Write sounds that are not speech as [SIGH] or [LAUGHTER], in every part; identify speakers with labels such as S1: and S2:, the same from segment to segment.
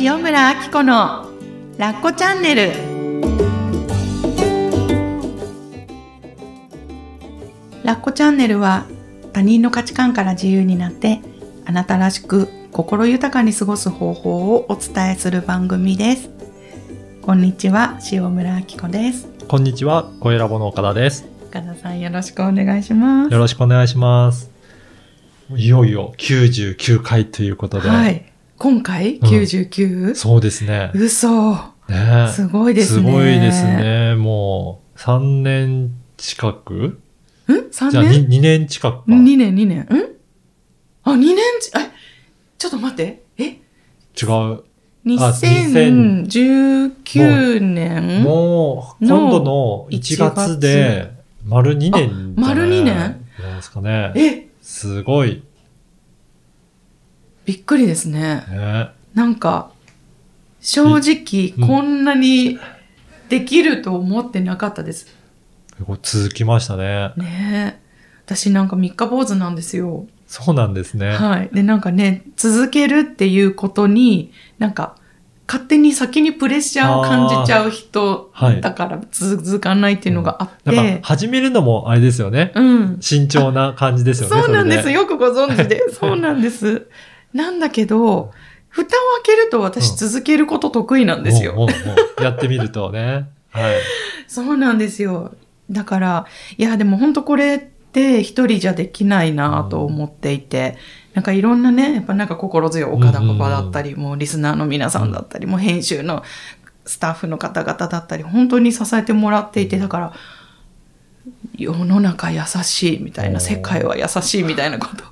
S1: 塩村あき子のラッコチャンネルラッコチャンネルは他人の価値観から自由になってあなたらしく心豊かに過ごす方法をお伝えする番組ですこんにちは塩村あき子です
S2: こんにちは、小ラボの岡田です。
S1: 岡田さんよろしくお願いします
S2: よろしくお願いします。いよいよ99回ということで。
S1: はい今回 99?、
S2: そうですね。
S1: 嘘
S2: ね
S1: すごいですね
S2: すごいですね。もう、3年近く
S1: ん ?3
S2: じゃあ
S1: 年
S2: 2, 年近くか。
S1: 2年、2年。んあ、2年ち、え、ちょっと待って。え
S2: 違う。
S1: ?2019 年
S2: もう、
S1: の
S2: 今度の1月で、丸2年じゃない。
S1: 丸二年
S2: じゃないですかね。
S1: え、
S2: すごい。
S1: びっくりですね。
S2: ね、
S1: なんか、正直、
S2: うん
S1: こんなにできると思ってなかったです。
S2: これ続きましたね。
S1: ねえ。私なんか三日坊主なんですよ。
S2: そうなんですね。
S1: はい。で、なんかね、続けるっていうことに、なんか、勝手に先にプレッシャーを感じちゃう人
S2: はい。
S1: だから続かないっていうのがあって、
S2: なんか始めるのもあれですよね。
S1: うん。
S2: 慎重な感じですよね。
S1: そうなんです。
S2: れ
S1: よくご存知で。そうなんです。なんだけど、蓋を開けると私続けること得意なんですよ。
S2: もうもうもうやってみる
S1: [LAUGHS]
S2: とね。はい。
S1: そうなんですよ。だから、いや、でも本当これって一人じゃできないなと思っていて、なんかいろんなね、やっぱなんか心強い岡田パパだったり、もうリスナーの皆さんだったり、もう編集のスタッフの方々だったり、本当に支えてもらっていて、だから、世の中優しいみたいな、
S2: おー
S1: 世界は優しいみたいなこと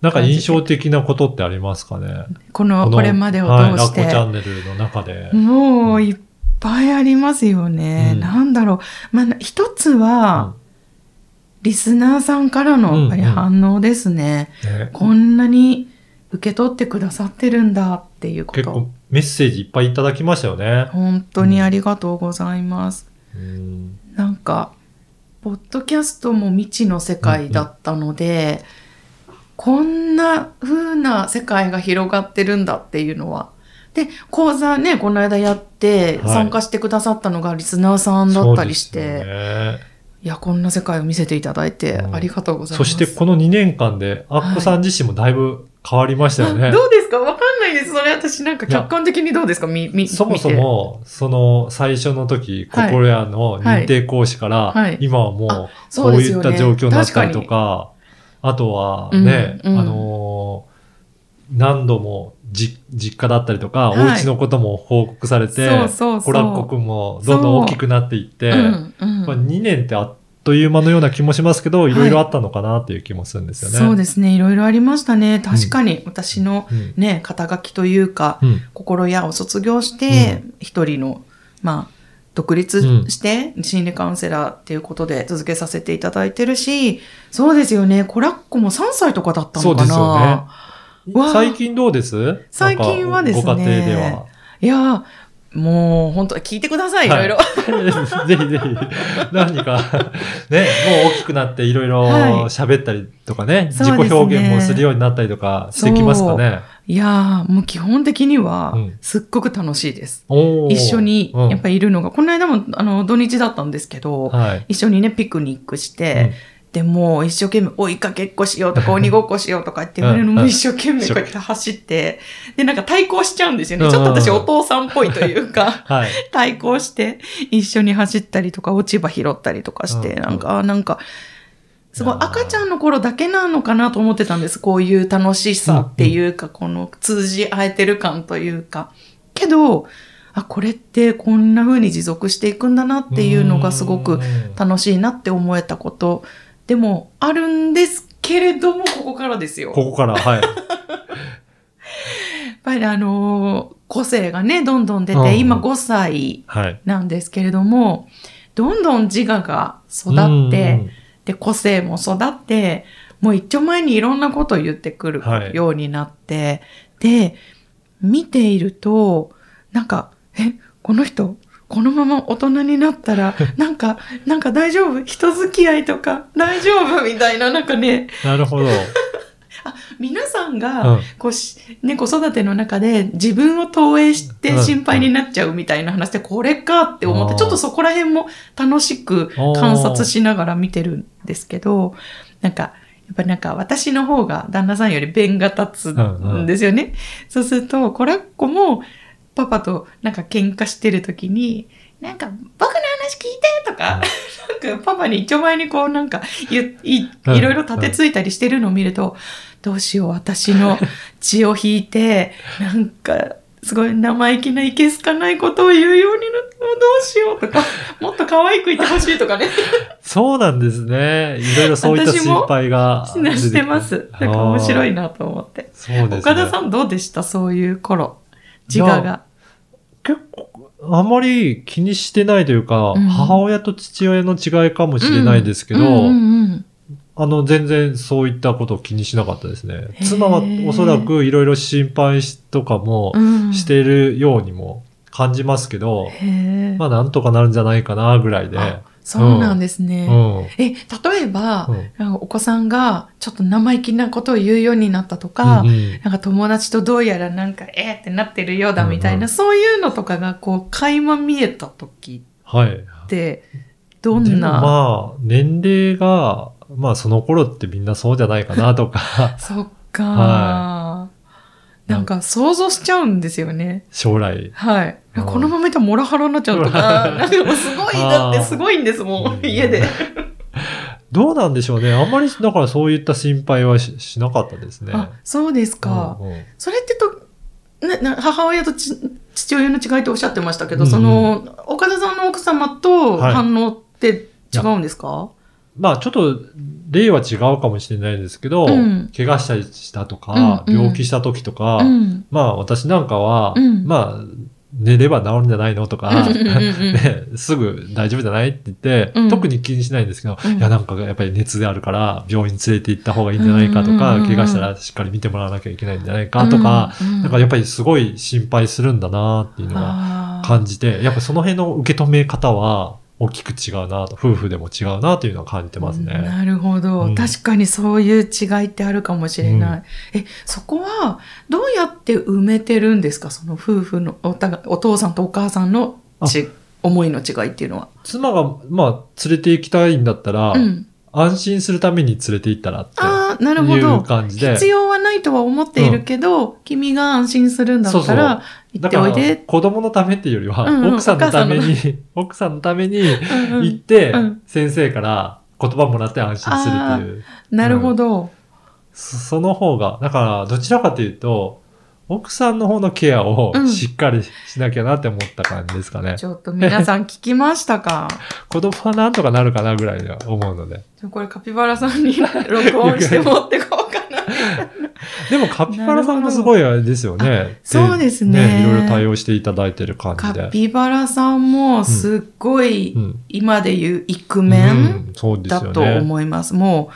S2: なんか印象的なことってありますかね
S1: この、
S2: の
S1: これまでを
S2: はい、
S1: 通して。
S2: ラッコチャンネルの中で。
S1: もういっぱいありますよね。
S2: うん
S1: なんだろう。まあ、一つは、リスナーさんからのやっぱり
S2: うんうん
S1: 反応ですね。
S2: うんね
S1: こんなに受け取ってくださってるんだっていうこ
S2: 結
S1: と。
S2: 構メッセージいっぱいいただきましたよね。
S1: 本当にありがとうございます。
S2: うん
S1: なんか、ポッドキャストも未知の世界だったので、こんな風な世界が広がってるんだっていうのは。で、講座ね、この間やって、
S2: はい
S1: 参加してくださったのがリスナーさんだったりして、
S2: そうですよね
S1: いや、こんな世界を見せていただいて、
S2: うん
S1: ありがとうございま
S2: そ
S1: す。
S2: してこの2年間で、アッコさん自身もだいぶ変わりましたよ
S1: [LAUGHS]
S2: ね。
S1: あどうですかわかんないです。それ私なんか
S2: いや
S1: 客観的にどうですかみ、み、
S2: そもそ
S1: 見て。
S2: も、その最初の時、
S1: はい
S2: 心屋の認定講師か
S1: はい
S2: ら、今はもう、
S1: そ
S2: こ
S1: う
S2: う
S1: です
S2: い
S1: よ
S2: っ
S1: ね
S2: た状況になったりと
S1: 確か
S2: か、あとはね、
S1: うんうん
S2: あのー何度もじ実家だったりとか、
S1: はい
S2: お家のことも報告されて、
S1: にそうそうそう。
S2: コラッコくんもどんどん大きくなっていって、
S1: うんうん
S2: まあ、2年ってあっという間のような気もしますけど、
S1: い
S2: いろいろあったのかなっていう気もするんですよね。
S1: そうですね。いろいろありましたね。確かに、私の
S2: うん
S1: ね、肩書きというか、
S2: うん
S1: 心屋を卒業して、一人の、まあ、独立して、心理カウンセラーっていうことで続けさせていただいてるし、そうですよね。コラッコも3歳とかだった
S2: そ
S1: の
S2: う
S1: か
S2: で
S1: な。
S2: すよね。
S1: わあ
S2: 最近どうです
S1: 最近はですね
S2: なんかご家庭では。
S1: いやー、もう本当聞いてください、いろいろ。
S2: [LAUGHS] ぜひぜひ、何か、ね、もう大きくなっていろいろ
S1: はい
S2: 喋ったりとかね、
S1: そうですね
S2: 自己表現もするようになったりとかしてきますかね。
S1: いやー、もう基本的には
S2: うん、
S1: すっごく楽しいです。
S2: おー
S1: 一緒に、やっぱ
S2: り、
S1: りいるのが、この間も、あの、土日だったんですけど、
S2: はい。
S1: 一緒にね、ピクニックして、でもう一生懸命追いかけっこしようと
S2: [LAUGHS]
S1: か、鬼ごっこしようとかって言われるの
S2: うん
S1: も
S2: うん
S1: 一生懸命こうやって走って、で、なんか対抗しちゃうんですよね。ちょっと私
S2: うんうん
S1: お父さんっぽいという
S2: [LAUGHS]
S1: か、
S2: はい。
S1: 対抗して、一緒に走ったりとか、落ち葉拾ったりとかして、
S2: うんうん
S1: なんか、なんか、すごい
S2: いやー
S1: 赤ちゃんの頃だけなのかなと思ってたんです。こういう楽しさっていうか、この通じ合えてる感というか。けど、あ、これってこんな風に持続していくんだなっていうのがすご
S2: う
S1: く
S2: ん
S1: 楽しいなって思えたことでもあるんですけれども、ここからですよ。
S2: ここから、はい。
S1: やっぱりあのー個性がね、どんどん出
S2: うんう
S1: て、
S2: ん
S1: 今5歳
S2: はい。
S1: なんですけれども、どんどん自我が育って、で、個性も育って、もう一丁前にいろんなことを言ってくる
S2: はい
S1: ようになって、で、見ていると、なんか、え、この人、このまま大人になった
S2: [LAUGHS]
S1: ら、なんか、なんか大丈夫人 [LAUGHS] 付き合いとか大丈夫みたいな、なんかね、
S2: うんなるほど。
S1: 皆ささんが、こうし、ね、子育ての中で自分を投影して心配になっちゃうみたいな話で、これかって思っ
S2: あ
S1: て、
S2: ー
S1: ちょっとそこら辺も楽しく観察しながら見てるんですけど、なんか、やっぱりなんか私の方が旦那さんより弁が立つんですよね。そうすると、コラッコもパパとなんか喧嘩してる時に、なんか僕の話聞いてとか、なんかパパに一丁前にこうなんか言いい
S2: うん
S1: いろいろ立てついたりしてるのを見ると、どうしよう私の血を引いて、なんかすごい生意気ないけすかないことを言うようになって、もうどうしよう
S2: [LAUGHS]
S1: とか、もっと可愛く言ってほしいとかね、
S2: そうなんですね。いろいろそういった
S1: 私
S2: 心
S1: も
S2: 配が出てきた。
S1: してます。なんか面白いなと思って。
S2: そうですね。
S1: 岡田さんどうでしたそういう頃。自我が。
S2: 結構、あまり気にしてないというか、
S1: うん
S2: 母親と父親の違いかもしれないですけど、
S1: うんうんうん
S2: あの、全然そういったことを気にしなかったですね。
S1: へー
S2: 妻はおそらくいろいろ心配しとかも
S1: うん
S2: しているようにも感じますけど、
S1: へえ、
S2: まあなんとかなるんじゃないかなぐらいで。
S1: あそうなんです
S2: う
S1: ね。
S2: ん。うん
S1: え、例えば
S2: う、
S1: なんかお子さんがちょっと生意気なことを言うようになったとか、
S2: ん
S1: なんか友達とどうやらなんか、えーってなってるようだみたいな、
S2: うんうん
S1: そういうのとかがこう、垣間見えた時
S2: はい。
S1: って、どん
S2: でも
S1: な、
S2: まあ、年齢が、まあその頃ってみんなそうじゃないかなとか、 [LAUGHS]
S1: そっか、
S2: は
S1: なんか想像しちゃうんですよね。
S2: 将来。
S1: はい。
S2: うん
S1: このままいたらモラハラになっちゃうとか、なんかもうすごい、だってすごいんですも
S2: うん
S1: ん、家で。
S2: どうなんでしょうね。あんまり、だからそういった心配はししなかったですね。
S1: あ、そうですか。
S2: うんうん
S1: それってと、なな母親とち父親の違いとおっしゃってましたけど、
S2: うんうん
S1: その、岡田さんの奥様と
S2: はい
S1: 反応って違うんですか、
S2: まあちょっと例は違うかもしれないですけど、
S1: うん
S2: 怪我したりしたとか、
S1: うんうん
S2: 病気した時とか、
S1: うん。
S2: まあ私なんかは、
S1: うん
S2: まあ寝れば治るんじゃないのとか、
S1: うんうんうんうん
S2: [LAUGHS] ねすぐ大丈夫じゃないって言って、
S1: うん
S2: 特に気にしないんですけど、
S1: うん
S2: いやなんかやっぱり熱であるから病院連れて行った方がいいんじゃないかと
S1: う
S2: か、
S1: んうんうんうん
S2: 怪我したらしっかり見てもらわなきゃいけないんじゃないかとか、
S1: うん、
S2: なんかやっぱりすごい心配するんだなっていうのは
S1: あー
S2: 感じて、やっぱその辺の受け止め方は大きく違うなと、夫婦でも違うなというのは感じてますね。
S1: なるほど、
S2: うん
S1: 確かにそういう違いってあるかもしれない。え、そこはどうやって埋めてるんですかその夫婦のお互いお父さんとお母さんのち思いの違いっていうのは。
S2: 妻が、まあ、連れて行きたいんだったら、
S1: うん。
S2: 安心するために連れて行ったらって
S1: ああ、なるほ
S2: い
S1: ど
S2: う。感じで。
S1: 必要はないとは思っているけど、君が安心するんだったら、行
S2: だ
S1: って
S2: か
S1: おい
S2: ら、
S1: で。
S2: 子供のためっていうよりは、
S1: うんうん
S2: 奥さんのために、奥さんのために
S1: うんう
S2: 行っ
S1: ん
S2: て、
S1: うん
S2: 先生から言葉もらって安心するっていう。
S1: なるほど。
S2: そその方が、だから、どちらかというと、奥さんの方のケアを
S1: うん
S2: しっかりしなきゃなって思った感じですかね。
S1: ちょっと皆さん聞きました [LAUGHS] か
S2: 子供はなんとかなるかなぐらいには思うので。
S1: ちょこれカピバラさんに録音して持ってこう [LAUGHS] かな。
S2: でもカピバラさんもすごいあれですよね。
S1: そうですね
S2: いろいろ対応していただいてる感じ
S1: カ
S2: で。
S1: ピバラさんもすっごい、
S2: うん。
S1: 今で言うイク
S2: う
S1: メン
S2: ん、そうです
S1: だ
S2: よ
S1: と
S2: ね。
S1: 思います。もう、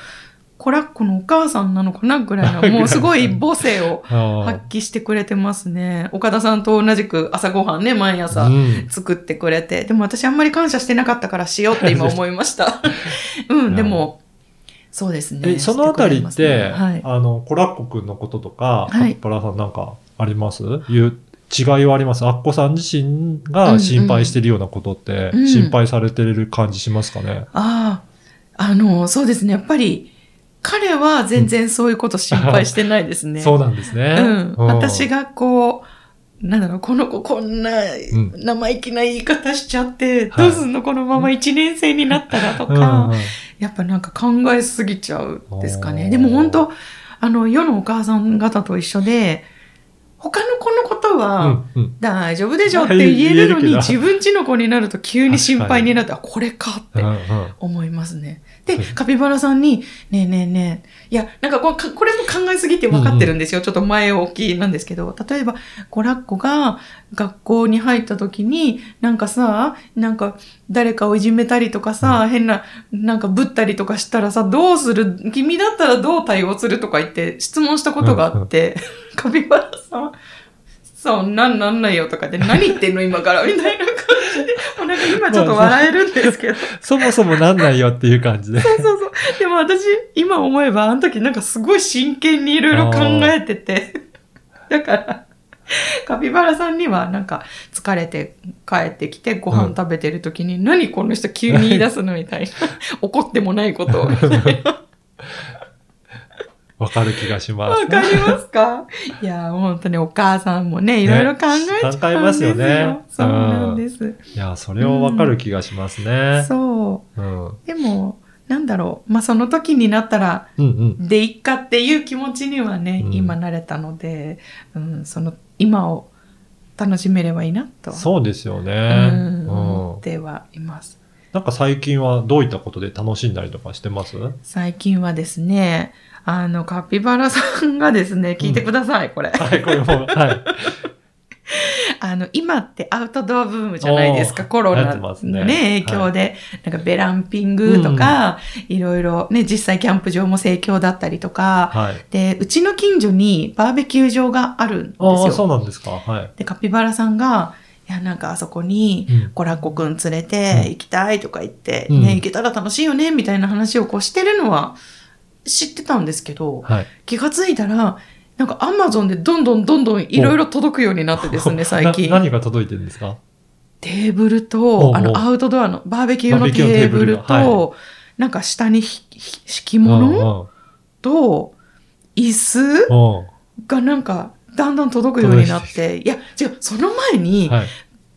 S1: コラッコのお母さんなのかなぐら [LAUGHS] いの、もうすごい母性を
S2: あ
S1: 発揮してくれてますね。岡田さんと同じく朝ごはんね、毎
S2: ー
S1: 朝。
S2: うん
S1: 作ってくれて。でも私あんまり感謝してなかったからしようって
S2: [LAUGHS]
S1: 今思いました。うん、でも、そうですね。
S2: え、そのあたりっ
S1: してくれ
S2: て、
S1: ますねはい。
S2: あの、コラッコくんのこととか、
S1: はい
S2: カピバラさんなんかありますいう違いはありますアッコさん自身が心配してるようなことって
S1: うんう、ん
S2: 心配されてる感じしますかね、
S1: ああ、あの、そうですね。やっぱり、彼は全然そういうこと心配してないですね。
S2: [LAUGHS] そうなんですね。
S1: うん。私がこう、なんだろう、この子こんな
S2: うん
S1: 生意気な言い方しちゃって、
S2: は
S1: ど
S2: い
S1: うすんのこのまま1年生になったらとか、
S2: うんうん
S1: やっぱなんか考えすぎちゃうんですか
S2: おー
S1: ね。でも本当あの、世のお母さん方と一緒で、他の子のことは、
S2: うんうん
S1: 大丈夫でしょって言えるのに、
S2: 言えるけ
S1: 自
S2: ど
S1: 分ちの子になると急に心配になって、あ、これかっ
S2: う
S1: て
S2: んうん
S1: 思いますね。
S2: そう
S1: で
S2: です、
S1: カピバラさんに、ねえねえねえ、いや、なんかこうかこれも考えすぎて分かってるんですよ。ちょっと前置きなんですけど、例えば、コラッコが学校に入った時に、なんかさ、なんか誰かをいじめたりとかさ、変な、なんかぶったりとかしたらさ、どうする君だ [LAUGHS] ったらどう対応するとか言って質問したことがあって、カピバラさん、そんなんなんないよとかで何言ってんの今からみたいな感じで。もうなんか今ちょっと笑えるんですけど。
S2: そもそもなんないよっていう感じで。
S1: [LAUGHS] そうそうそう。でも私、今思えば、あの時なんかすごい真剣にいろいろ考えて
S2: [LAUGHS]
S1: て。だから、カピバラさんにはなんか疲れて帰ってきてご飯食べてる時に、何この人急に言い出すのみた
S2: [LAUGHS]
S1: いな。怒ってもないことを。みたいな
S2: わかる気がしま
S1: わ
S2: す。
S1: かりますかいや、本当にお母さんもね、いろいろ考えちゃうんですよ。
S2: 考えますよね
S1: そうなんです。
S2: いや、それはわかる気がしますね。
S1: そ
S2: うん。うん
S1: う。でも、なんだろう。まあ、その時になったら、
S2: うん。
S1: でいっかっていう気持ちにはね、
S2: うん
S1: 今慣れたので、うん、その、今を楽しめればいいなと。
S2: そうですよ
S1: う
S2: ね。
S1: ん。
S2: う
S1: 思
S2: ん
S1: っ。てはいます。
S2: なんか最近はどういったことで楽しんだりとかしてます
S1: 最近はですね、あの、カピバラさんがですね、聞いてください、こ
S2: [LAUGHS]
S1: れ。
S2: はい、これも、はい。
S1: あの、今ってアウトドアブームじゃないですか、
S2: おー
S1: コロ
S2: 流行
S1: ナ
S2: って
S1: の
S2: ますね
S1: ね、影響で、なんかベランピングとか、いろいろね、実際キャンプ場も盛況だったりとか、
S2: はい。
S1: で、うちの近所にバーベキュー場があるん
S2: ああ、
S1: です
S2: そう
S1: よ。
S2: なんですか。はい。
S1: で、カピバラさんが、いや、なんかあそこに、
S2: うん
S1: コラコくん連れて
S2: うん
S1: 行きたいとか言って、
S2: うん
S1: ね、行けたら楽しいよね、みたいな話をこうしてるのは知ってたんですけど、
S2: はい。
S1: 気がついたら、なんかアマゾンでどんどんどんどんいろいろ届くようになってです
S2: [LAUGHS]
S1: ね、最近。
S2: な何が届いてるんですか
S1: テーブル
S2: うおう
S1: と、あの、アウトドアの、バーベキュー用の
S2: バーベキューの
S1: テ
S2: テ
S1: ー
S2: ー
S1: ブ
S2: ブ
S1: ル
S2: ル
S1: と、
S2: が
S1: なんか下にひひ敷
S2: うんうん
S1: 物と、椅子
S2: うん
S1: がなんか、だんだん届くようになって、いや、違う、その前に、
S2: はい。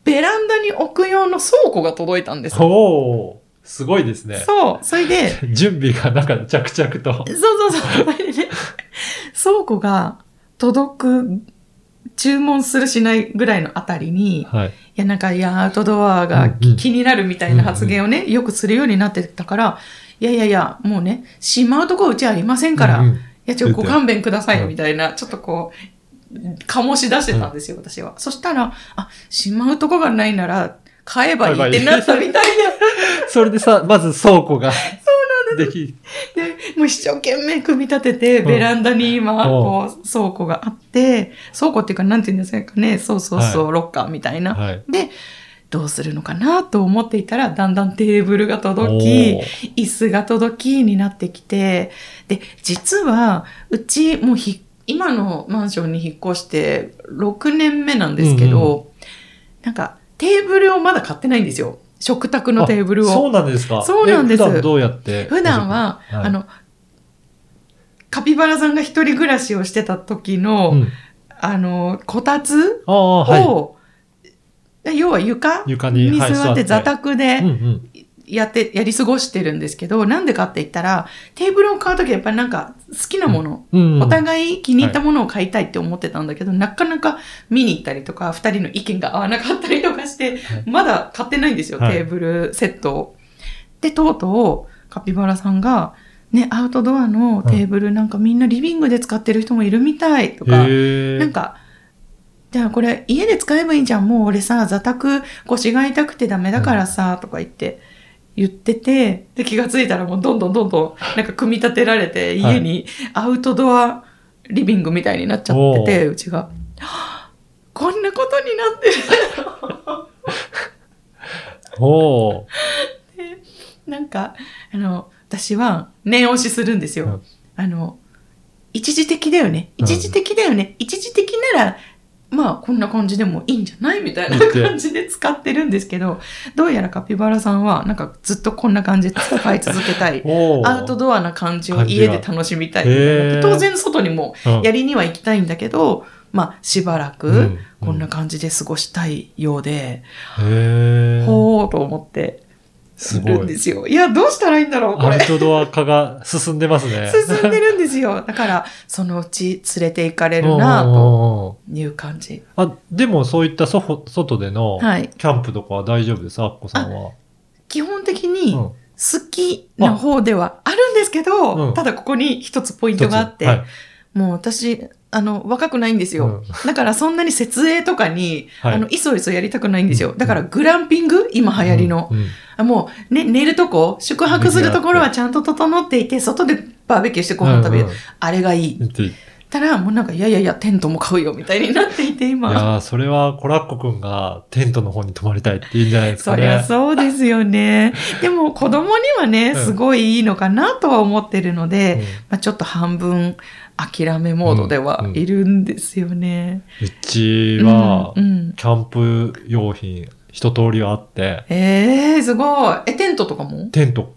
S1: ベランダに置く用の倉庫が届いたんですよ。
S2: おーすごいですね。
S1: そう、それで、
S2: 準備がなんか着々と。
S1: そうそうそう、それで、倉庫が届く、注文するしないぐらいのあたりに、
S2: はい。
S1: いや、なんか、いや、アウトドアが
S2: うんう
S1: き
S2: ん
S1: 気になるみたいな発言をね、よくするようになってたから、いやいやいや、もうね、しまうとこうちありませんから、
S2: うんう
S1: い
S2: ん
S1: や、ちょ、
S2: 出て
S1: ご勘弁くださいよ、
S2: うん
S1: みたいな、ちょっとこう、醸し出してたんですよ、私は。そしたら、あ、しまうとこがないなら、買えばいいってなったみたい
S2: それでさ、まず倉庫が。そうなんです。でき、
S1: で、で [LAUGHS] もう一生懸命組み立てて、
S2: ん
S1: ベランダに今、
S2: お
S1: こう、倉庫があって、倉庫っていうか、なんて言うんですかね、そうそうそう、ロッカーみたいな。
S2: はい。
S1: で、どうするのかなと思っていたら、だんだんテーブルが届
S2: お
S1: き、
S2: ー
S1: 椅子が届きになってきて、で、実は、うち、もうひ、今のマンションに引っ越して6年目なんですけど、なんか、テーブルをまだ買ってないんですよ。食卓のテーブル
S2: あそ
S1: を。
S2: うなんですか。
S1: そうなんです
S2: え普段どうやって
S1: 普段は、
S2: い
S1: あの、カピバラさんが一人暮らしをしてた時の、
S2: うん、
S1: あの、こたつ
S2: ああ、
S1: を、
S2: は
S1: 要は床
S2: い。床に、
S1: に
S2: はい、
S1: 座って座卓で
S2: うんうん。
S1: やって、やり過ごしてるんですけど、なんでかって言ったら、テーブルを買うときはやっぱりなんか好きなもの、
S2: うんうん、
S1: お互い気に入ったものを買いたいって思ってたんだけど、なかなか見に行ったりとか、二人の意見が合わなかったりとかして、
S2: はい
S1: まだ買ってないんですよ、
S2: はい
S1: テーブルセットを。で、とうとう、カピバラさんが、ね、アウトドアのテーブルなんかみんなリビングで使ってる人もいるみたいとか、
S2: へえ。
S1: なんか、じゃあこれ家で使えばいいじゃん。もう俺さ、座卓腰が痛くてダメだからさ、とか言って、言ってて、で気がついたらもうどんどんどんどん
S2: [LAUGHS]
S1: なんか組み立てられて、
S2: はい
S1: 家にアウトドアリビングみたいになっちゃってて、うちが。は [GASPS] あこんなことになってる。
S2: おお。
S1: なんか、あの、私は念押しするんですよ。
S2: うん
S1: あの、一時的だよね。
S2: うん
S1: 一時的だよね。一時的なら、まあ、こんな感じでもいいんじゃないみたいな
S2: 言って
S1: 感じで使ってるんですけど、どうやらカピバラさんは、なんかずっとこんな感じで使い続けたい。
S2: おお。
S1: アウトドアな感じを
S2: 感じ
S1: 家
S2: が
S1: で楽しみたい
S2: へー
S1: 当然外にも
S2: うん
S1: やりには行きたいんだけど、まあ、しばら
S2: う
S1: く
S2: ん
S1: こんな感じで過ごしたいようで、
S2: へえ。
S1: ほーと思って
S2: す
S1: る
S2: ご
S1: んで
S2: い。
S1: すよ。いや、どうしたらいいんだろう、こ
S2: ア
S1: れ
S2: ウ。トドア化が進んでますね。
S1: 進んでるんですよ。だ [LAUGHS] から、そのうち連れて行かれるな
S2: うん
S1: と
S2: うんうん
S1: い
S2: うん
S1: う感じ。
S2: あ、でもそういったそほ外での
S1: はい。
S2: キャンプとかは大丈夫です、あっこさんは。
S1: 基本的
S2: う
S1: に
S2: ん
S1: 好きな方ではあるんですけど、
S2: うん
S1: ただここに一つポイントがあって、
S2: はい
S1: もう私、あの、若くないんですよ。
S2: うん
S1: だからそんなに設営とかに、
S2: はい
S1: あの、いそいそやりたくないんですよ。
S2: うん
S1: だからグランピング今流行りの。
S2: うんうん
S1: あもう、ね、寝るとこ、宿泊するところはちゃんと整っていて、外でバーベキューしてご飯食べる。
S2: うんうん
S1: あれがいい。
S2: って
S1: たら、もうなんか、いやいやいや、テントも買うよ、みたいになっていて、
S2: い
S1: 今。
S2: やー、それはコラッコくんがテントの方に泊まりたいって言うんじゃないです
S1: そ
S2: か
S1: りゃ
S2: ね。
S1: そうですよね。
S2: [LAUGHS]
S1: でも、子供にはね、
S2: うん
S1: すごいいいのかなとは思ってるので、
S2: うん
S1: まあ、ちょっと半分、諦めモードではいるんですよね。
S2: うちは
S1: う、んうん
S2: キャンプ用品一通りあって、
S1: ええすごい。え、テントとかも
S2: テント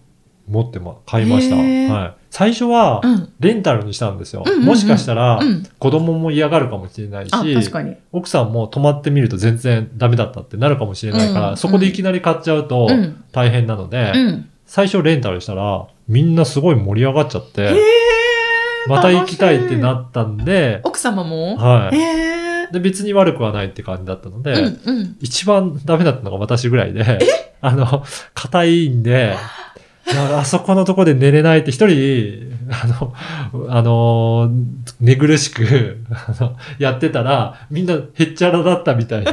S2: 持ってま、買いました。
S1: へー
S2: はい。最初は
S1: う、ん。
S2: レンタルにしたんですよ
S1: うんうんう。ん
S2: もしかしたら
S1: う、ん。
S2: 子供も嫌がるかもしれない
S1: あ、確
S2: し、
S1: かに。
S2: 奥さんも泊まってみると全然ダメだったってなるかもしれないか
S1: うん
S2: ら、そこでいきなり買っちゃうと
S1: うん。
S2: 大変なので
S1: う、ん。
S2: 最初レンタルしたら、みんなすごい盛り上がっちゃっ
S1: え
S2: て、また行きたいってな
S1: っ
S2: ったんで、
S1: 奥様も
S2: は
S1: え
S2: い。
S1: え
S2: で、別に悪くはないって感じだったので、
S1: うんうん。
S2: 一番ダメだったのが私ぐらいで、あの、硬いんで、いやあそこのとこで寝れないって一人、あの、あの、寝苦しく、あの、やってたら、みんなへっちゃらだったみた
S1: [LAUGHS]
S2: いで、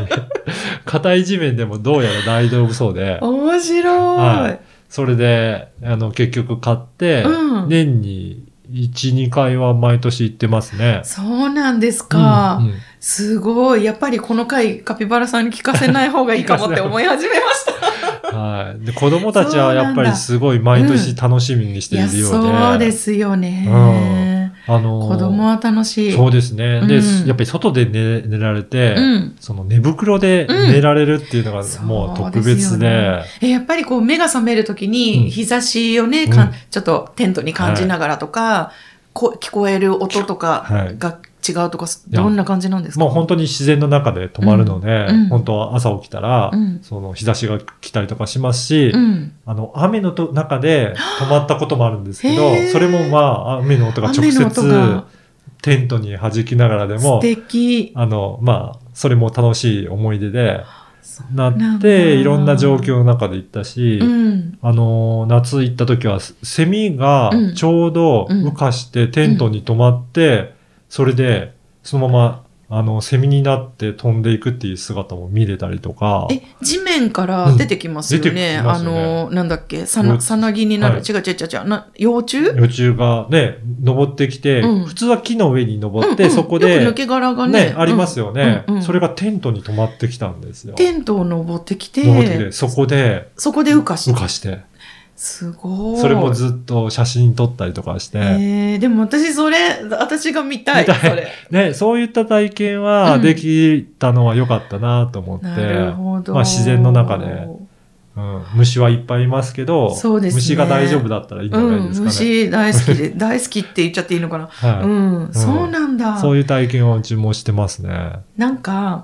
S2: 硬い地面でもどうやら大丈夫そうで、
S1: 面白。
S2: はいそれで、あの、結局買って、
S1: うん
S2: 年に1、2回は毎年行ってますね。
S1: そうなんですか。
S2: うんうん
S1: すごい。やっぱりこの回、カピバラさんに聞かせない方がいいか
S2: [LAUGHS]
S1: もって思い始めました。
S2: はい。で、子供たちはやっぱりすごい毎年楽しみにし
S1: い
S2: てい
S1: や、
S2: るようで。
S1: そうですよね。
S2: あのー
S1: 子供は楽しい。
S2: そうですね。で、
S1: うん
S2: やっぱり外で寝寝られて、
S1: うん。
S2: その寝袋で
S1: うん
S2: 寝られるっていうのがもう
S1: そう
S2: 特
S1: ですよ
S2: 別で、
S1: ねえやっぱりこう目が覚めるとき
S2: うん
S1: に日差しをね、かん
S2: うん
S1: ちょっとテントに感じながらとか、こ聞こえる音と
S2: は
S1: か
S2: い
S1: が違うとか、
S2: や
S1: どんな感じなんですか
S2: もう本当に自然の中で泊まるので、
S1: うんうん
S2: 本当は朝起きたら、
S1: うん
S2: その日差しが来たりとかしますし、
S1: うん。
S2: あの、雨のと中で泊まったこともあるんですけ
S1: へ
S2: ど、
S1: ー
S2: それもまあ、雨の音が直
S1: 雨の音
S2: 接
S1: が
S2: テントに弾きながらで
S1: 素
S2: も、
S1: 敵。
S2: あの、まあ、それも楽しい思い出で、
S1: な
S2: なっ
S1: んだ
S2: て、いろんな状況の中で行ったし、
S1: うん。
S2: あのー、夏行った時は、セセミが
S1: うん
S2: ちょうど羽化してテントに泊まって、それで、そのまま、あの、セミになって飛んでいくっていう姿も見れたりとか、
S1: え、地面から出てきますよね。
S2: うん出てきますよね
S1: あの、なんだっけ、さ
S2: 幼
S1: な、
S2: 虫
S1: さなぎになる。
S2: はい
S1: 違う違う違う違う。な幼虫う
S2: 幼虫がね、登ってきて、
S1: うん
S2: 普通は木の上に登っ
S1: ん
S2: て、
S1: うん
S2: そこ
S1: よく
S2: で、
S1: 抜け殻がね。
S2: ね、あります
S1: よ。
S2: よね、
S1: うんうん
S2: それがテントに泊まってきたんですよ。
S1: テントを登ってきて、
S2: 登ってきて、そこで、
S1: そこで羽化し
S2: 羽
S1: て。
S2: 化して、
S1: すごい。
S2: それもずっと写真撮ったりとかして、
S1: えー、でも私それ、私が見たい。
S2: 見たい
S1: それ
S2: ね、そういった体験は
S1: うん
S2: できたのは良かったなと [LAUGHS] 思って、
S1: なるほど。
S2: まあ自然の中でうん、虫はいっぱいいますけど、
S1: そうですね
S2: 虫が大丈夫だったらいいんじ
S1: う
S2: ゃない
S1: ん、
S2: ですかね。
S1: 虫大好きで、 [LAUGHS] 大好きって言っちゃっていいのかな。
S2: はい
S1: うん、そうなんだ。
S2: そういう体験をうちもしてますね。
S1: なんか、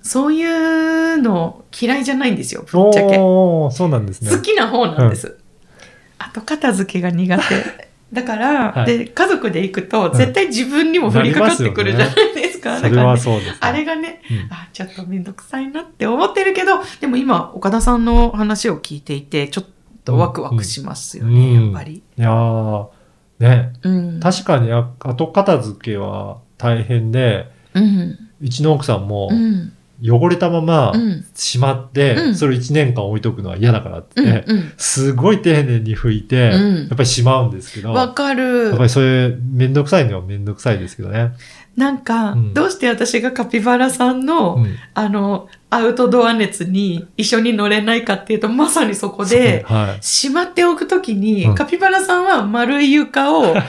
S1: そういうの嫌いじゃないんですよ、ぶっちゃけ。
S2: おー、そうなんですね。
S1: 好きな方なんです。後片付けが苦手。
S2: [LAUGHS]
S1: だから、
S2: はい
S1: で、家族で行くと、
S2: うん
S1: 絶対自分にも降りかかってくるじゃないですか。
S2: そ
S1: だ
S2: れ
S1: から
S2: は
S1: ね
S2: そうです、ね。
S1: あれがね、
S2: うん
S1: あ、ちょっとめんどくさいなって思ってるけど、でも今、岡田さんの話を聞いていて、ちょっとワクワクしますよね、
S2: うん
S1: やっぱり。
S2: いやー、ね、
S1: うん。
S2: 確かにあ後片付けは大変で、
S1: うん。
S2: うちの奥さんも
S1: うん。
S2: 汚れたまま
S1: うん。
S2: しまって、
S1: うん
S2: それ1年間置いとくのは嫌だからって、
S1: うん。うん
S2: すごい丁寧に拭いて、
S1: うん
S2: やっぱりしまうんですけど、
S1: わかる
S2: やっぱ。りそういうめんどくさいのはめんどくさいですけどね。
S1: なんか、
S2: うん
S1: どうして私がカピバラさんの、
S2: うん
S1: あの、アウトドア熱に一緒に乗れないかっていうと、まさにそこで、
S2: はい。
S1: しまっておくときに、
S2: うん
S1: カピバラさんは丸い床
S2: [LAUGHS]
S1: を、あ、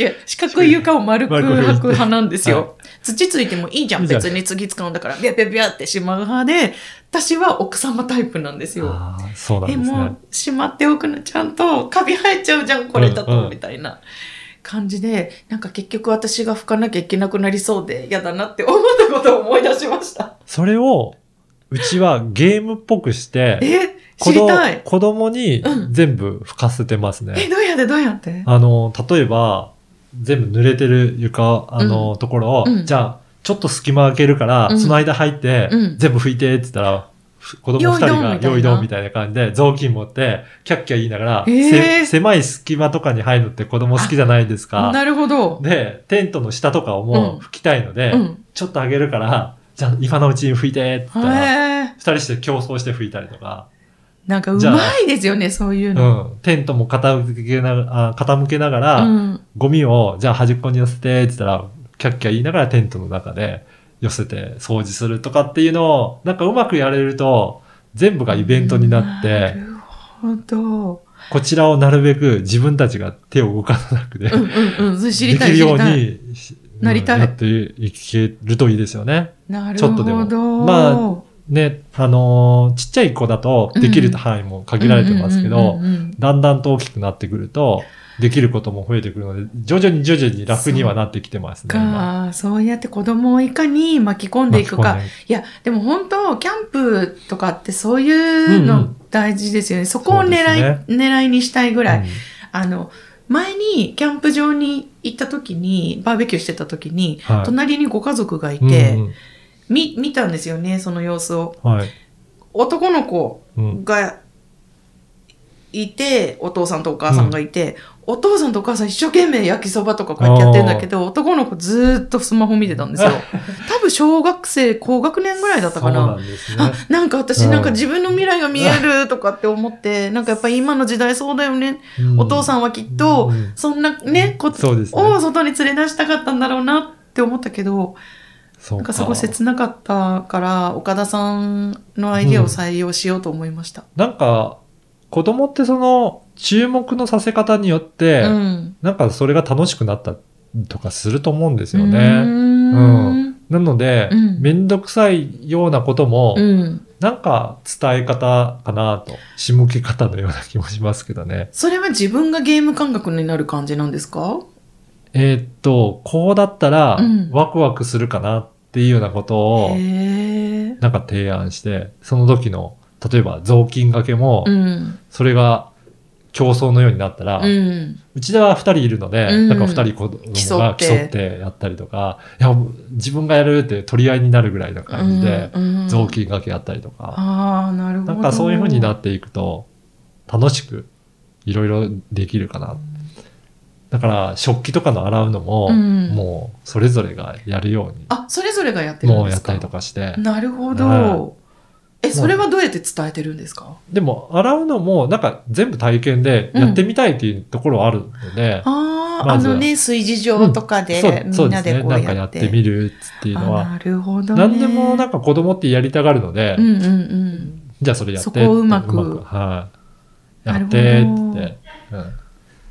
S1: 違う、四角い床を丸く
S2: 丸く敷いて
S1: 履く派なんです
S2: はい
S1: よ。土ついてもいいじゃ
S2: いい
S1: ん、
S2: じゃん
S1: 別に次使うんだから、ビャビャビャってしまう派で、私は奥様タイプなんですよ。
S2: あーそうなん
S1: え、
S2: です
S1: も
S2: ね
S1: う。、しまっておくの、ちゃんと、カビ生えちゃうじゃん、これだ
S2: うんう
S1: と、
S2: ん
S1: みたいな感じで、なんか結局私が拭かなきゃいけなくなりそうで、嫌だなって思ったことを思い出しました。
S2: それを、うちはゲームっぽくして、
S1: え、
S2: 子
S1: 知
S2: 供
S1: りたい。
S2: 子供に
S1: うん
S2: 全部吹かせてます
S1: え、
S2: ね。
S1: どうやってどうやって
S2: あの、例えば、全部濡れてる床、あの、ところを、
S1: うん
S2: じゃあ、ちょっと隙間開けるから、
S1: うん
S2: その間入って、
S1: うん
S2: 全部拭いて、って言ったら、ふ子供二人が、
S1: よ
S2: 用
S1: い
S2: 意
S1: ど
S2: ど
S1: ん
S2: ん
S1: み
S2: みたいな感じで、雑巾持って、キャッキャ言いながら、
S1: へー
S2: せ狭い隙間とかに入るのって子供好きじゃないですか。
S1: なるほど。
S2: で、テントの下とかをもう拭きたいので、
S1: うん。
S2: ちょっと上げるから、じゃあ今のうちに拭いて、って
S1: へ
S2: 言ったら、
S1: え。
S2: 二人して競争して拭いたりとか、
S1: なんかう
S2: じゃあ
S1: まいですよね、そういう
S2: う
S1: の。
S2: ん、テントも傾けながら、あ傾けなが
S1: う
S2: ら、
S1: ん。
S2: ゴミを、じゃあ端っこに寄せて、って言ったら、キャッキャ言いながらテントの中で寄せて掃除するとかっていうのを、なんかうまくやれると、全部がイベントになって、
S1: なるほど。
S2: こちらをなるべく自分たちが手を動かさなくて、
S1: うんうんうん。それ知
S2: で
S1: りた
S2: き
S1: い
S2: る
S1: 知
S2: よ
S1: り
S2: う
S1: たい。
S2: にし
S1: なりたい
S2: うんやっていけるといいですよね。
S1: なる
S2: ちょっ
S1: ほ
S2: とで
S1: ど。
S2: もまね、あのーちっちゃい子だとできる範囲も限られてますけ
S1: う
S2: ど
S1: ん、うんうんうん
S2: だんだんと大きくなってくると、できることも増えてくるので、徐々に徐々に楽にはなってきてますね。今
S1: か、そうやって子供をいかに巻き込んでいくか。。いや、でも本当、キャンプとかってそういう
S2: うんう
S1: の
S2: ん
S1: 大事ですよね。そこを狙い、
S2: そう
S1: 狙いにしたいぐ
S2: ぐ
S1: らい。あの、前にキャンプ場に行った時に、バーベキューしてた時に、
S2: はい
S1: 隣にご家族がい
S2: うん
S1: て、
S2: うん
S1: み、見たんですよね、その様子を。
S2: はい。
S1: 男の子
S2: うん
S1: がいて、お父さんとお母さんがいて、お父さんとお母さん一生懸命焼きそばとかこうやってやってるんだけど、男の子ずーっとスマホ見てたん
S2: [LAUGHS]
S1: ですよ。多分小学生、高学年ぐらいだったか
S2: そう
S1: な。
S2: なんです
S1: [LAUGHS]
S2: ね
S1: あ。、なんか私
S2: うん
S1: なんか自分の未来が見えるとかって思って、なんかやっぱり今の時代そうだよね。お父さ
S2: ん
S1: んはきっと
S2: うん、
S1: そんなね、こ
S2: そうですね
S1: を外に連れ出したかったんだろうなって思ったけど、
S2: そ
S1: な
S2: うん
S1: かそこ切なかったから、岡田さんのアイディアを採用しようと思いました。
S2: なんか、子供ってその、注目のさせ方によって、
S1: うん。
S2: なんかそれが楽しくなったとかすると思うんです
S1: う
S2: よ
S1: ん。
S2: ね。
S1: う。
S2: うんなので、
S1: うん
S2: めんどくさいようなことも、
S1: うん。
S2: なんか伝え方かなと、仕向け方のような気もしますけどね。
S1: それは自分がゲーム感覚になる感じなんですか
S2: えーっと、こうだったら
S1: うん
S2: ワクワクするかなっていうようなことを
S1: へえ。
S2: なんか提案して、その時の、例えば雑巾掛けも
S1: う、ん。
S2: それが競争のようになったら、
S1: うん。
S2: うちでは2人いるので、
S1: うん
S2: なんか2人子供
S1: 競
S2: が
S1: って
S2: 競ってやったりとか、いや、もう自分がやるって取り合いになるぐらいな感じで、
S1: うんうん
S2: 雑巾掛けやったりとか、
S1: ああ、なるほど。
S2: なんかそういう風にな
S1: っ
S2: っていくと、楽しくいろいろできるかな。だから食器とかの洗うのも、
S1: うん
S2: もうそれぞれがやるよう
S1: あ、それぞれがやって
S2: に、
S1: るん
S2: もう
S1: で
S2: や
S1: す
S2: っ
S1: か
S2: たりとかして、
S1: なるほ
S2: は
S1: ど。え、それはどうやって伝えてるんですか
S2: でも洗うのもなんか全部体験でやってみたいっていうところはあるので、
S1: ああ、あ
S2: まずは
S1: のね、炊事場とかで、
S2: そ
S1: み
S2: うんで
S1: な
S2: すね
S1: でこうや
S2: な
S1: って。
S2: んかやってみるっていうの
S1: あ
S2: は、
S1: なるほどね。
S2: 何でもなんか子供ってやりたがるので、
S1: うんうんうん。
S2: じゃあそれやって
S1: そこをうまく
S2: はい、
S1: な
S2: や
S1: るほ
S2: っ
S1: ど
S2: てって、うん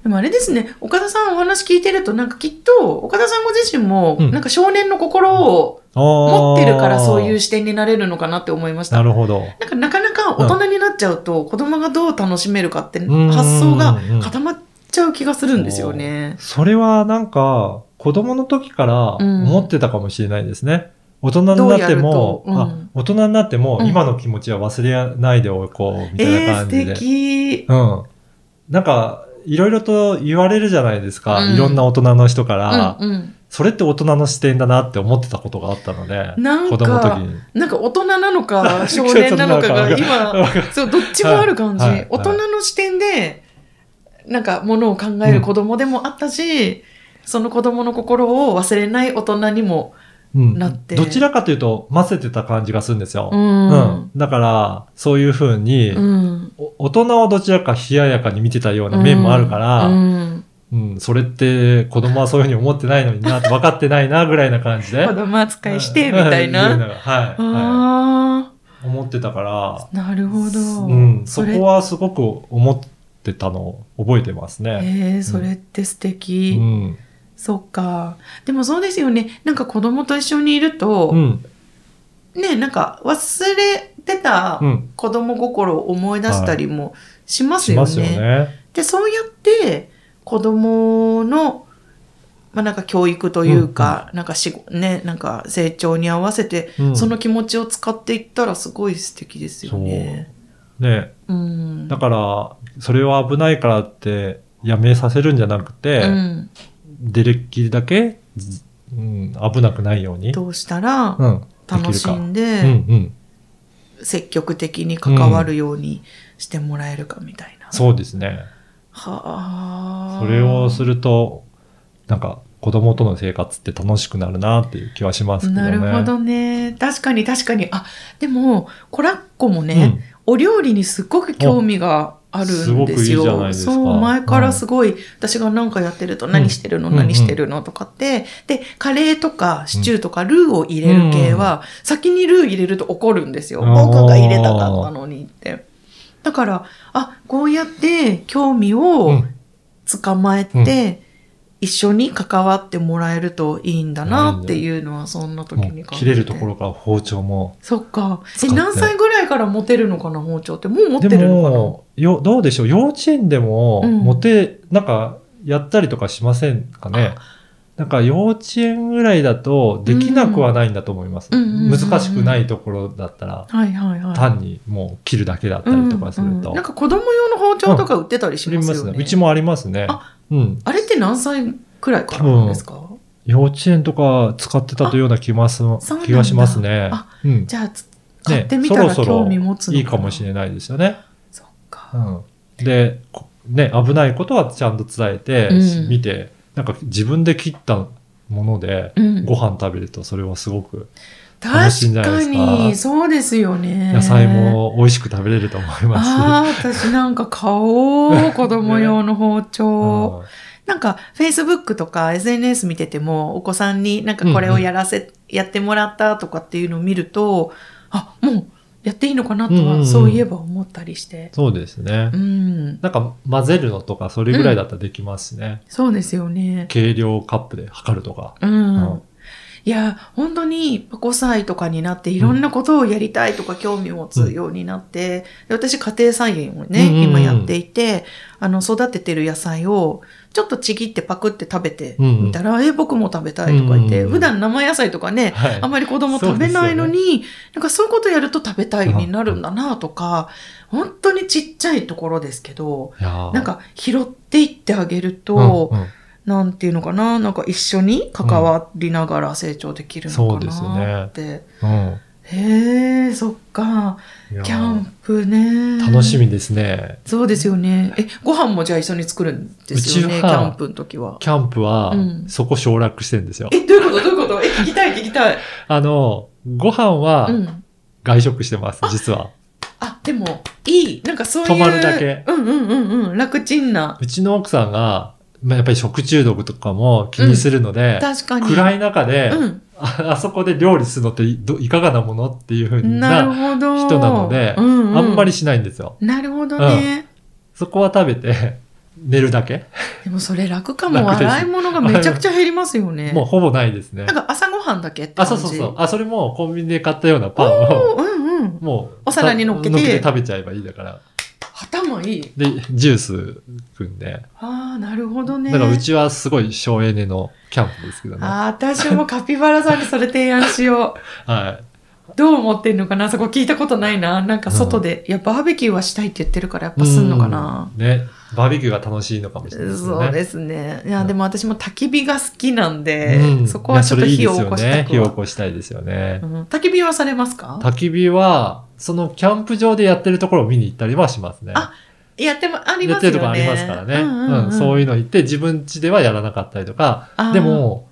S1: でもあれですね、岡田さんお話聞いてると、なんかきっと、岡田さんご自身も、
S2: うん
S1: なんか少年の心を持ってるからそういう視点になれるのかなって思いました。
S2: な
S1: なん
S2: るほど
S1: かなかなか大人になっちゃうと、子供がどう楽しめるかって
S2: うん
S1: 発想が固まっちゃう気がするんですよね。
S2: それはなんか子供の時から思ってたかもしれないですね、大人になっても、
S1: どうやるとうん
S2: あ大人になっても
S1: うん
S2: 今の気持ちは忘れないでおこうみたい
S1: え
S2: な
S1: ー、
S2: 感
S1: 素
S2: じで、
S1: 敵。
S2: うんなんかいろいろと言われるじゃないですか、
S1: うん
S2: いろんな大人の人から、
S1: うんうん
S2: それって大人の視点だなって思ってたことがあったので
S1: なん
S2: 子
S1: か
S2: 供の時
S1: [LAUGHS]
S2: に。
S1: なんか大人なの
S2: [LAUGHS]
S1: か少年なのかが今、そう、どっちもある感じ。
S2: はいはい
S1: 大人の視点で、なんかものを考える子供でもあったし、その子供の心を忘れない大人にも。
S2: うん
S1: なって
S2: どちらかというと、混ぜてた感じがするんですよ。
S1: う。
S2: うんだから、そういうふうに、
S1: うん
S2: お大人をどちらか冷ややかに見てたような面もあるから、う
S1: うんん
S2: それって子供はそういうふうに思ってないのにな、分かってないな、ぐらいな感じで。
S1: 子供扱いして、みたい
S2: うん
S1: な。
S2: うんはい、は
S1: あ
S2: い。思ってたから
S1: あ、、なるほど。
S2: うん、そ
S1: れ
S2: こはすごく思ってたのを覚えてますね。
S1: えー、それって素
S2: う
S1: 敵。
S2: ん。
S1: そっか。でもそうですよね。なんか子供と一緒にいると、
S2: うん。
S1: ね、なんか忘れてた
S2: うん。
S1: 子供心を思い出したりもします
S2: し
S1: よね。
S2: ますよね。
S1: でそうやって子供のまあなんか教育というか、なんかしごねなんか成長に合わせて、
S2: うん
S1: その気持ちを使っていったらすごい素敵ですよね。
S2: ね
S1: うん。
S2: だから、それは危ないからって、やめさせるんじゃなくて、
S1: うん、
S2: デレッキだけ、ずうん、危なくないように、
S1: どうしたら
S2: うん、でき
S1: 楽
S2: る
S1: し
S2: か。
S1: ん
S2: うん
S1: で
S2: うん。
S1: 積極的に関わるようにしてもらえるかみたいな。
S2: そうですね。
S1: はあ。
S2: それをすると、なんか、子供との生活って楽しくなるなっていう気はしますけどね。
S1: なるほどね。確かに確かに。あ、でも、コラッコもね、お料理にすっごく興味がある
S2: すご
S1: ん
S2: く
S1: で
S2: いい
S1: す
S2: じゃ
S1: よ。
S2: ないですか
S1: そう、前からすごい、私が何かやってると、何してるの、
S2: うん
S1: 何してるのとかって、で、カレーとかシチューとかルーを入れる系は、先にルー入れると怒るんですよ。
S2: あー
S1: 僕が入れたかったのにって。だから、あ、こうやって興味
S2: う
S1: を
S2: ん
S1: 捕まえて、一緒に関わってもらえるといいんだなっていうのは、そんな時
S2: も
S1: に
S2: う
S1: 感じて
S2: 切れるところから包丁も。
S1: そっか。
S2: 使
S1: え、
S2: って
S1: 何歳ぐらいから持てるのかな、包丁って。もう持って
S2: で
S1: るの
S2: も、よ、どうでしょう幼稚園でも、
S1: うん
S2: モテ、なんか、やったりとかしませんかねなんか、幼稚園ぐらいだと、できなくはないんだと思います。
S1: うんうんうんうん
S2: 難しくないところだったら、
S1: かな。はいはいはい。
S2: 単にもう切るだけだったりとかすると。
S1: うんうんなんか子供用の包丁とか売ってたりし
S2: あり
S1: ま
S2: ますす
S1: よね。
S2: ね。うちもありますね。うん。
S1: あれって何歳くらいからなんですか
S2: 幼稚園とか使ってたというような気ます
S1: そうなんだ
S2: 気がしますね。
S1: あ
S2: うん。
S1: じゃあつ、買ってみたら興味持つの
S2: いいかもし
S1: ない。
S2: れないですよね。
S1: そっ
S2: う
S1: か。
S2: ん。で、こね、危ないことはちゃんと伝えて、
S1: うん
S2: 見て、なんか自分で切ったもので、
S1: うん
S2: ご飯食べるとそれはすごく、楽しいん
S1: 確
S2: じゃないで
S1: か
S2: すか
S1: に、そうですよね。
S2: 野菜。も美味しく食べれると思います。
S1: ああ、私なんか買おう。子供用の包
S2: [LAUGHS]
S1: 丁。
S2: うん
S1: なんか、Facebook とか SNS 見てても、お子さんになんかこれをやらせ、やってもらったとかっていうのを見ると、あ、もうやっていいのかなと
S2: うんうんう
S1: は、
S2: ん
S1: そういえば思ったりして。
S2: そうですね
S1: う。ん。
S2: なんか混ぜるのとか、それぐらいだったらできますしね。
S1: そうですよね。
S2: 計量カップで測るとか。
S1: うん。
S2: うん
S1: いや、本当に5歳とかになっていろんなことをやりたいとか興味を持つようになって、で私家庭菜園をね、
S2: うんうんうん
S1: 今やっていて、あの、育ててる野菜をちょっとちぎってパクって食べて
S2: うんうん
S1: みたら、え、僕も食べたいとか言って、
S2: うんうんうん
S1: 普段生野菜とかね、
S2: はい
S1: あ。まり子供食べないのに、なんかそういうことやると食べたいになるんだなとか、本当にちっちゃいところですけど、
S2: いやー
S1: なんか拾っていってあげると、
S2: うんうん
S1: なんていうのかな、なんか一緒に関わりながら成長できるのかなって。
S2: うん
S1: へえ、そっか。
S2: いやー
S1: キャンプね。
S2: 楽し。みですね。
S1: そうですよね。え、ご飯もじゃあ一緒に作るんですよね、
S2: う
S1: キ
S2: ちは
S1: ャンプの時は。
S2: キャンプは
S1: うん、
S2: そこ省略してんですよ。
S1: え、どういうことどういうことえ、聞きたい聞きたい。
S2: あの、ご飯は
S1: うん。
S2: 外食してます、実は。
S1: あ、でも、いい。なんかそういう。
S2: 泊まるだけ
S1: うんうんうんうん。楽ちんな。
S2: うちの奥さんが、まあ、やっぱり食中毒とかも気にするので、
S1: 確かに。
S2: 暗い中で、
S1: うん。
S2: あ、あそこで料理するのってどいかがなものっていうふう
S1: なる
S2: な、
S1: ほど。
S2: 人なので
S1: うんうん
S2: あんまり。しないんですよ。
S1: なるほどね。
S2: そこは食べて、 [LAUGHS] 寝るだけ
S1: でもそれ楽かも。
S2: 楽です
S1: 洗い物がめちゃくちゃ減りますよね。
S2: もうほぼないですね
S1: なん。か朝ごはんだけって
S2: あ、
S1: 感じ。
S2: そうそうそう。あ、それもコンビニで買ったようなパンを、
S1: う。んうん。
S2: もう、
S1: お皿に乗っけて
S2: 食べちゃえばいいだから。
S1: 頭いい。
S2: で、ジュース組んで。
S1: ああ、なるほどね。
S2: だからうちはすごい省エネのキャンプですけどね。は
S1: ああ、私もカピバラさんにそれ提案しよう。 [LAUGHS]
S2: い。
S1: どう思ってんのかなそこ聞いたことないな。なんか外で、いや、バーベキューはしたいって言ってるからやっぱすんのかな。
S2: うんね。バーベキューが楽しいのかもしれないです
S1: そ
S2: よ
S1: う
S2: ね。
S1: ですね。いや、でも私も焚き火が好きなんで、
S2: うん
S1: そこはちょっと
S2: い
S1: 火
S2: や
S1: を
S2: それい
S1: 起
S2: い
S1: こ
S2: です
S1: し
S2: よ
S1: た
S2: ね。
S1: く
S2: 火を
S1: は
S2: 起こしたいですよね。
S1: うん焚き火はされますか
S2: 焚き火は、そのキャンプ場でやってるところを見に行ったりはしますね。
S1: あやっても、あり
S2: や
S1: ま
S2: っ
S1: す
S2: て
S1: よね。
S2: るところありますからね。
S1: うんうんうん
S2: うんそういうの行って、自分家ではやらなかったりとか、
S1: あー
S2: で、も、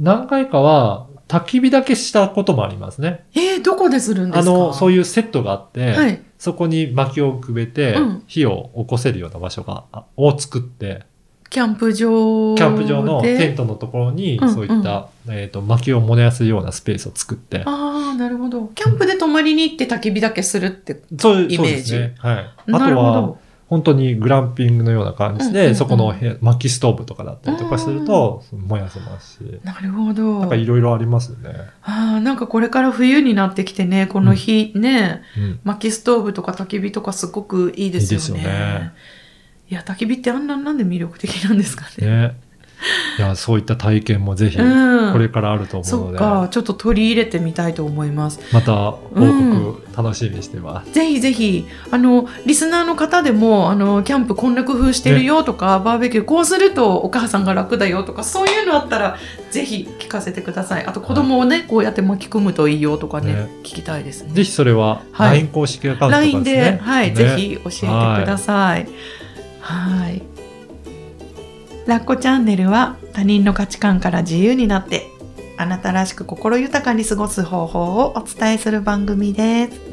S2: 何回かは、焚き火だけしたこともありますね。
S1: えー、どこでするんで
S2: あ
S1: すか
S2: の、そう
S1: い
S2: いうセットがあって、
S1: はい。
S2: そこに薪をくべて
S1: うん、
S2: 火を起こせるような場所が、あを作って、
S1: キャンプ場で。
S2: キャンプ場のテントのところに
S1: うん、
S2: そういった、えっ、と、薪を燃やすようなスペースを作って、
S1: ああ、なるほど。キャンプで泊まりに行って焚き火だけするって。
S2: そういう、
S1: イ
S2: そう
S1: メ
S2: で
S1: ージ
S2: すね。はい。あと
S1: なるほ
S2: は、
S1: ど。
S2: 本当にグランピングのような感じで、
S1: うんうんうん
S2: そこの部屋薪ストーブとかだったりとかすると、燃やせますし、
S1: なるほど。
S2: なんかいろいろありますよね。
S1: ああ、なんかこれから冬になってきてね、この日、ね、
S2: うん。
S1: 薪ストーブとか焚き火とかすごくいいですよね。
S2: いいですよね
S1: いや、焚き火ってあんななんで魅力的なんですかね。
S2: ね。いや、そういった体験もぜひ、こ
S1: うん。
S2: れからあると思
S1: そうっ
S2: ので、
S1: か、ちょっと取り入れてみたいと思います。
S2: また報告楽しみにしてます。
S1: ぜひぜひ、あの、リスナーの方でも、あの、キャンプこんな工夫してるよとか、バーベキューこうするとお母さんが楽だよとか、そういうのあったら、ぜひ聞かせてください。あと、子供をね、こうやって巻き込むといいよとかね、
S2: ね
S1: 聞きたいですね。
S2: ぜひそれは、
S1: はい
S2: LINE 公式アカウントと
S1: LINE
S2: か
S1: で
S2: ですね。
S1: はい、
S2: ね
S1: ぜ。ひ教えてください。はい。ラッコチャンネルは他人の価値観から自由になって、あなたらしく心豊かに過ごす方法をお伝えする番組です。